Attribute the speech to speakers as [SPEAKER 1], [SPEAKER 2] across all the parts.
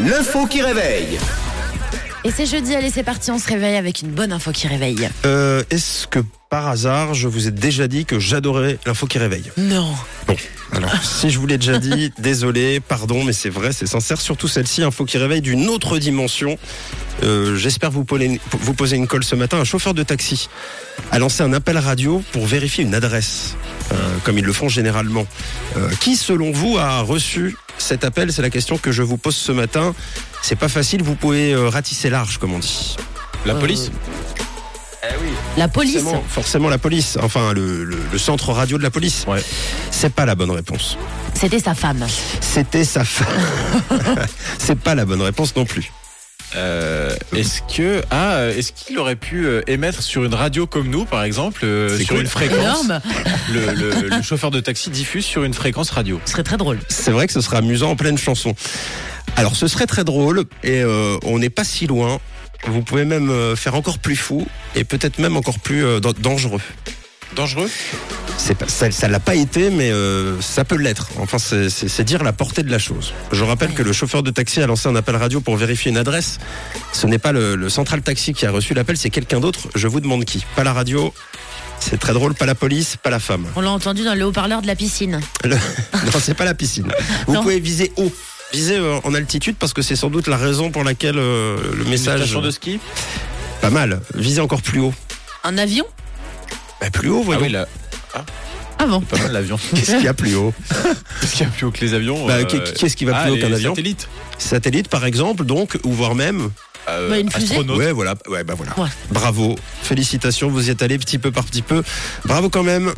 [SPEAKER 1] L'info qui réveille.
[SPEAKER 2] Et c'est jeudi, allez, c'est parti, on se réveille avec une bonne info qui réveille.
[SPEAKER 3] Euh, Est-ce que par hasard, je vous ai déjà dit que j'adorais l'info qui réveille
[SPEAKER 2] Non.
[SPEAKER 3] Bon, alors si je vous l'ai déjà dit, désolé, pardon, mais c'est vrai, c'est sincère. Surtout celle-ci, info qui réveille d'une autre dimension. Euh, J'espère vous, poler- vous poser une colle ce matin. Un chauffeur de taxi a lancé un appel radio pour vérifier une adresse, euh, comme ils le font généralement. Euh, qui, selon vous, a reçu cet appel C'est la question que je vous pose ce matin. C'est pas facile, vous pouvez euh, ratisser large, comme on dit.
[SPEAKER 4] La police
[SPEAKER 2] Euh, eh La police
[SPEAKER 3] Forcément, forcément la police, enfin le, le- le centre radio de la police.
[SPEAKER 4] Ouais.
[SPEAKER 3] C'est pas la bonne réponse.
[SPEAKER 2] C'était sa femme.
[SPEAKER 3] C'était sa femme. C'est pas la bonne réponse non plus.
[SPEAKER 4] Euh, Est-ce que ah euh, est-ce qu'il aurait pu euh, émettre sur une radio comme nous par exemple euh,
[SPEAKER 3] C'est
[SPEAKER 4] sur
[SPEAKER 3] cool.
[SPEAKER 4] une fréquence
[SPEAKER 2] Énorme.
[SPEAKER 4] le, le- le chauffeur de taxi diffuse sur une fréquence radio.
[SPEAKER 2] Ce serait très drôle.
[SPEAKER 3] C'est vrai que ce sera amusant en pleine chanson. Alors ce serait très drôle et euh, on n'est pas si loin. Vous pouvez même euh, faire encore plus fou et peut-être même encore plus euh, dan- dangereux.
[SPEAKER 4] Dangereux
[SPEAKER 3] C'est pas- ça ça l'a pas été, mais euh, ça peut l'être. Enfin, c'est- c'est c'est dire la portée de la chose. Je rappelle que le chauffeur de taxi a lancé un appel radio pour vérifier une adresse. Ce n'est pas le, le central taxi qui a reçu l'appel, c'est quelqu'un d'autre. Je vous demande qui. Pas la radio. C'est très drôle, pas la police, pas la femme.
[SPEAKER 2] On l'a entendu dans le haut-parleur de la piscine.
[SPEAKER 3] Le- Non, c'est pas la piscine. Vous
[SPEAKER 2] Non.
[SPEAKER 3] pouvez viser haut. Viser euh, en altitude parce que c'est sans doute la raison pour laquelle euh, le
[SPEAKER 4] Une
[SPEAKER 3] message.
[SPEAKER 4] station de ski
[SPEAKER 3] Pas mal. Viser encore plus haut.
[SPEAKER 2] Un avion
[SPEAKER 3] Bah, plus haut,
[SPEAKER 4] Ah
[SPEAKER 3] voyons.
[SPEAKER 4] oui, là,
[SPEAKER 2] Ah bon
[SPEAKER 4] pas mal l'avion.
[SPEAKER 3] Qu'est-ce qu'il y a plus haut
[SPEAKER 4] Qu'est-ce qu'il y a plus haut que les avions
[SPEAKER 3] Bah,
[SPEAKER 4] euh,
[SPEAKER 3] qu'est- Qu'est-ce qui va
[SPEAKER 4] ah,
[SPEAKER 3] plus haut
[SPEAKER 4] les
[SPEAKER 3] qu'un avion
[SPEAKER 4] satellites.
[SPEAKER 3] Satellite, par exemple, donc, ou voire même
[SPEAKER 4] Euh,
[SPEAKER 2] Bah, une fusée.
[SPEAKER 4] astronaute.
[SPEAKER 3] Ouais, voilà. Ouais, bah voilà.
[SPEAKER 2] Ouais.
[SPEAKER 3] Bravo. Félicitations, vous y êtes allé petit peu par petit peu. Bravo quand même.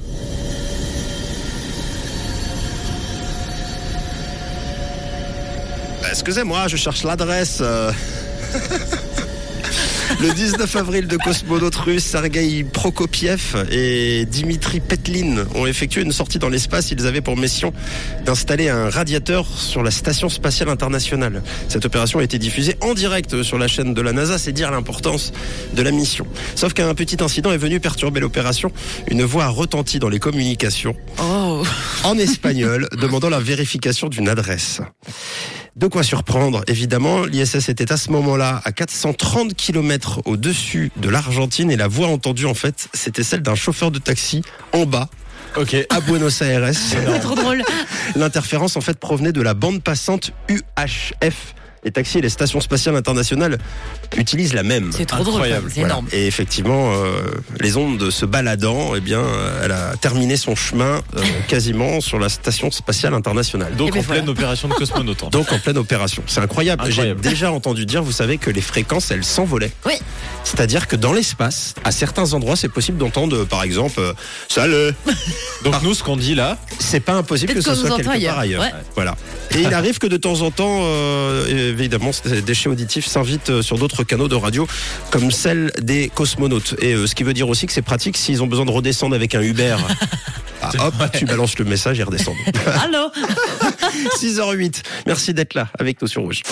[SPEAKER 3] Excusez-moi, je cherche l'adresse. euh. Le 19 avril, deux cosmonautes russes, Sergei Prokopiev et Dimitri Petlin, ont effectué une sortie dans l'espace. Ils avaient pour mission d'installer un radiateur sur la Station spatiale internationale. Cette opération a été diffusée en direct sur la chaîne de la NASA, c'est dire l'importance de la mission. Sauf qu'un petit incident est venu perturber l'opération. Une voix a retenti dans les communications
[SPEAKER 2] Oh
[SPEAKER 3] en espagnol demandant la vérification d'une adresse. De quoi surprendre, évidemment, l'ISS était à ce moment-là à 430 km au-dessus de l'Argentine et la voix entendue en fait, c'était celle d'un chauffeur de taxi en bas
[SPEAKER 4] Ok.
[SPEAKER 3] à Buenos Aires.
[SPEAKER 2] Trop drôle.
[SPEAKER 3] L'interférence en fait provenait de la bande passante UHF. Les taxis et les stations spatiales internationales utilisent la même.
[SPEAKER 2] C'est trop drôle.
[SPEAKER 4] Incroyable,
[SPEAKER 2] C'est
[SPEAKER 3] Voilà.
[SPEAKER 2] énorme.
[SPEAKER 3] Et effectivement, euh, les ondes se baladant, eh bien, euh, elle a terminé son chemin euh, quasiment sur la station spatiale internationale.
[SPEAKER 4] Donc
[SPEAKER 2] Eh
[SPEAKER 4] en
[SPEAKER 2] ben, voilà.
[SPEAKER 4] pleine opération de cosmonaute. hein.
[SPEAKER 3] Donc en pleine opération. C'est incroyable.
[SPEAKER 4] Incroyable.
[SPEAKER 3] J'ai déjà entendu dire, vous savez, que les fréquences, elles s'envolaient.
[SPEAKER 2] Oui.
[SPEAKER 3] C'est-à-dire que dans l'espace, à certains endroits, c'est possible d'entendre, euh, par exemple, euh, Salut
[SPEAKER 4] Donc nous ce qu'on dit là,
[SPEAKER 3] C'est pas impossible que
[SPEAKER 2] Peut-être
[SPEAKER 3] ce
[SPEAKER 2] qu'on nous
[SPEAKER 3] soit
[SPEAKER 2] entend
[SPEAKER 3] quelque
[SPEAKER 2] ailleurs.
[SPEAKER 3] part ailleurs.
[SPEAKER 2] Ouais.
[SPEAKER 3] Voilà. Et il arrive que de temps en temps, euh, évidemment, ces déchets auditifs s'invitent euh, sur d'autres canaux de radio, comme celle des cosmonautes. Et euh, ce qui veut dire aussi que c'est pratique s'ils ont besoin de redescendre avec un Uber. Ah, hop, tu balances le message et redescends.
[SPEAKER 2] Allô
[SPEAKER 3] 6h08. Merci d'être là avec nous sur Rouge.